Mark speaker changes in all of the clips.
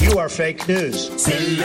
Speaker 1: You are fake news.
Speaker 2: C'est le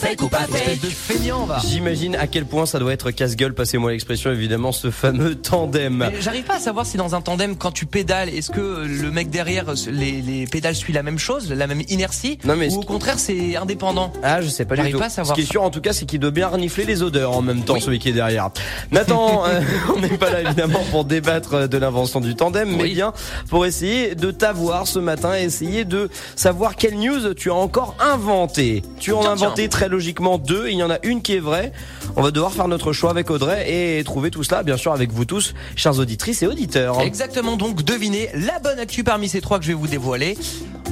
Speaker 2: fake ou pas
Speaker 3: Espèce
Speaker 2: fake
Speaker 3: de feignant, va.
Speaker 4: J'imagine à quel point ça doit être casse-gueule, passez-moi l'expression, évidemment, ce fameux tandem.
Speaker 3: Mais J'arrive pas à savoir si dans un tandem, quand tu pédales, est-ce que le mec derrière, euh, les, les pédales suivent la même chose, la même inertie,
Speaker 4: Non, mais ce
Speaker 3: ou au
Speaker 4: qui-
Speaker 3: contraire c'est indépendant
Speaker 4: Ah, je sais pas du
Speaker 3: J'arrive
Speaker 4: tout.
Speaker 3: pas à
Speaker 4: Ce
Speaker 3: savoir.
Speaker 4: qui est sûr, en tout cas, c'est qu'il doit bien renifler les odeurs en même temps, celui qui est derrière. Nathan, euh, on n'est pas là évidemment pour débattre de l'invention du tandem, mais
Speaker 3: Oui.
Speaker 4: bien pour essayer de t'avoir ce matin, et essayer de savoir quelle news tu as encore inventée. Tu en as
Speaker 3: Tiens,
Speaker 4: inventé très logiquement deux, et il y en a une qui est vraie. On va devoir faire notre choix avec Audrey et trouver tout cela, bien sûr, avec vous tous, chers auditrices et auditeurs.
Speaker 3: Exactement, donc devinez la bonne actu parmi ces trois que je vais vous dévoiler.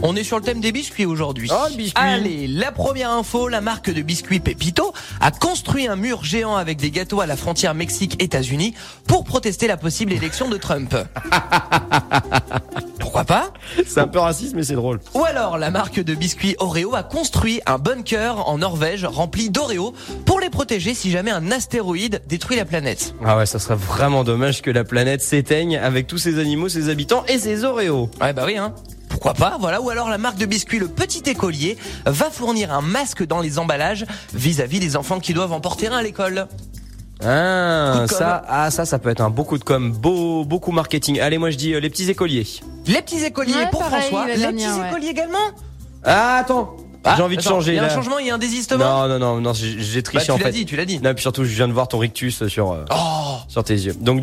Speaker 3: On est sur le thème des biscuits aujourd'hui.
Speaker 4: Oh, le biscuit.
Speaker 3: Allez, la première info, la marque de biscuits Pepito a construit un mur géant avec des gâteaux à la frontière Mexique-États-Unis pour protester la possible élection de Trump. Pourquoi pas
Speaker 4: C'est un peu raciste, mais c'est drôle.
Speaker 3: Ou alors, la marque de biscuits Oreo a construit un bunker en Norvège rempli d'Oreo pour les protéger si jamais un astéroïde détruit la planète.
Speaker 4: Ah ouais, ça serait vraiment dommage que la planète s'éteigne avec tous ses animaux, ses habitants et ses oréos.
Speaker 3: Ouais, bah oui, hein. Pourquoi pas, voilà. Ou alors, la marque de biscuits Le Petit Écolier va fournir un masque dans les emballages vis-à-vis des enfants qui doivent en porter un à l'école. Coup
Speaker 4: Ah
Speaker 3: de com.
Speaker 4: ça, ah ça, ça peut être un beaucoup de com, beau, beaucoup marketing. Allez, moi je dis euh, les petits écoliers.
Speaker 3: Les petits écoliers
Speaker 5: Ouais,
Speaker 3: pour
Speaker 5: pareil,
Speaker 3: François.
Speaker 5: la
Speaker 3: Les
Speaker 5: dernière,
Speaker 3: petits
Speaker 5: ouais.
Speaker 3: écoliers également.
Speaker 4: Ah attends,
Speaker 3: Ah,
Speaker 4: j'ai envie de
Speaker 3: attends,
Speaker 4: changer
Speaker 3: Il y a un
Speaker 4: là.
Speaker 3: changement, il y a un désistement.
Speaker 4: non, non, non, non, j'ai j'ai
Speaker 3: Bah,
Speaker 4: triché
Speaker 3: tu
Speaker 4: en
Speaker 3: l'as
Speaker 4: fait.
Speaker 3: dit, tu l'as dit.
Speaker 4: Non, puis surtout, je viens de voir ton rictus sur euh,
Speaker 3: Oh,
Speaker 4: sur tes yeux. Donc du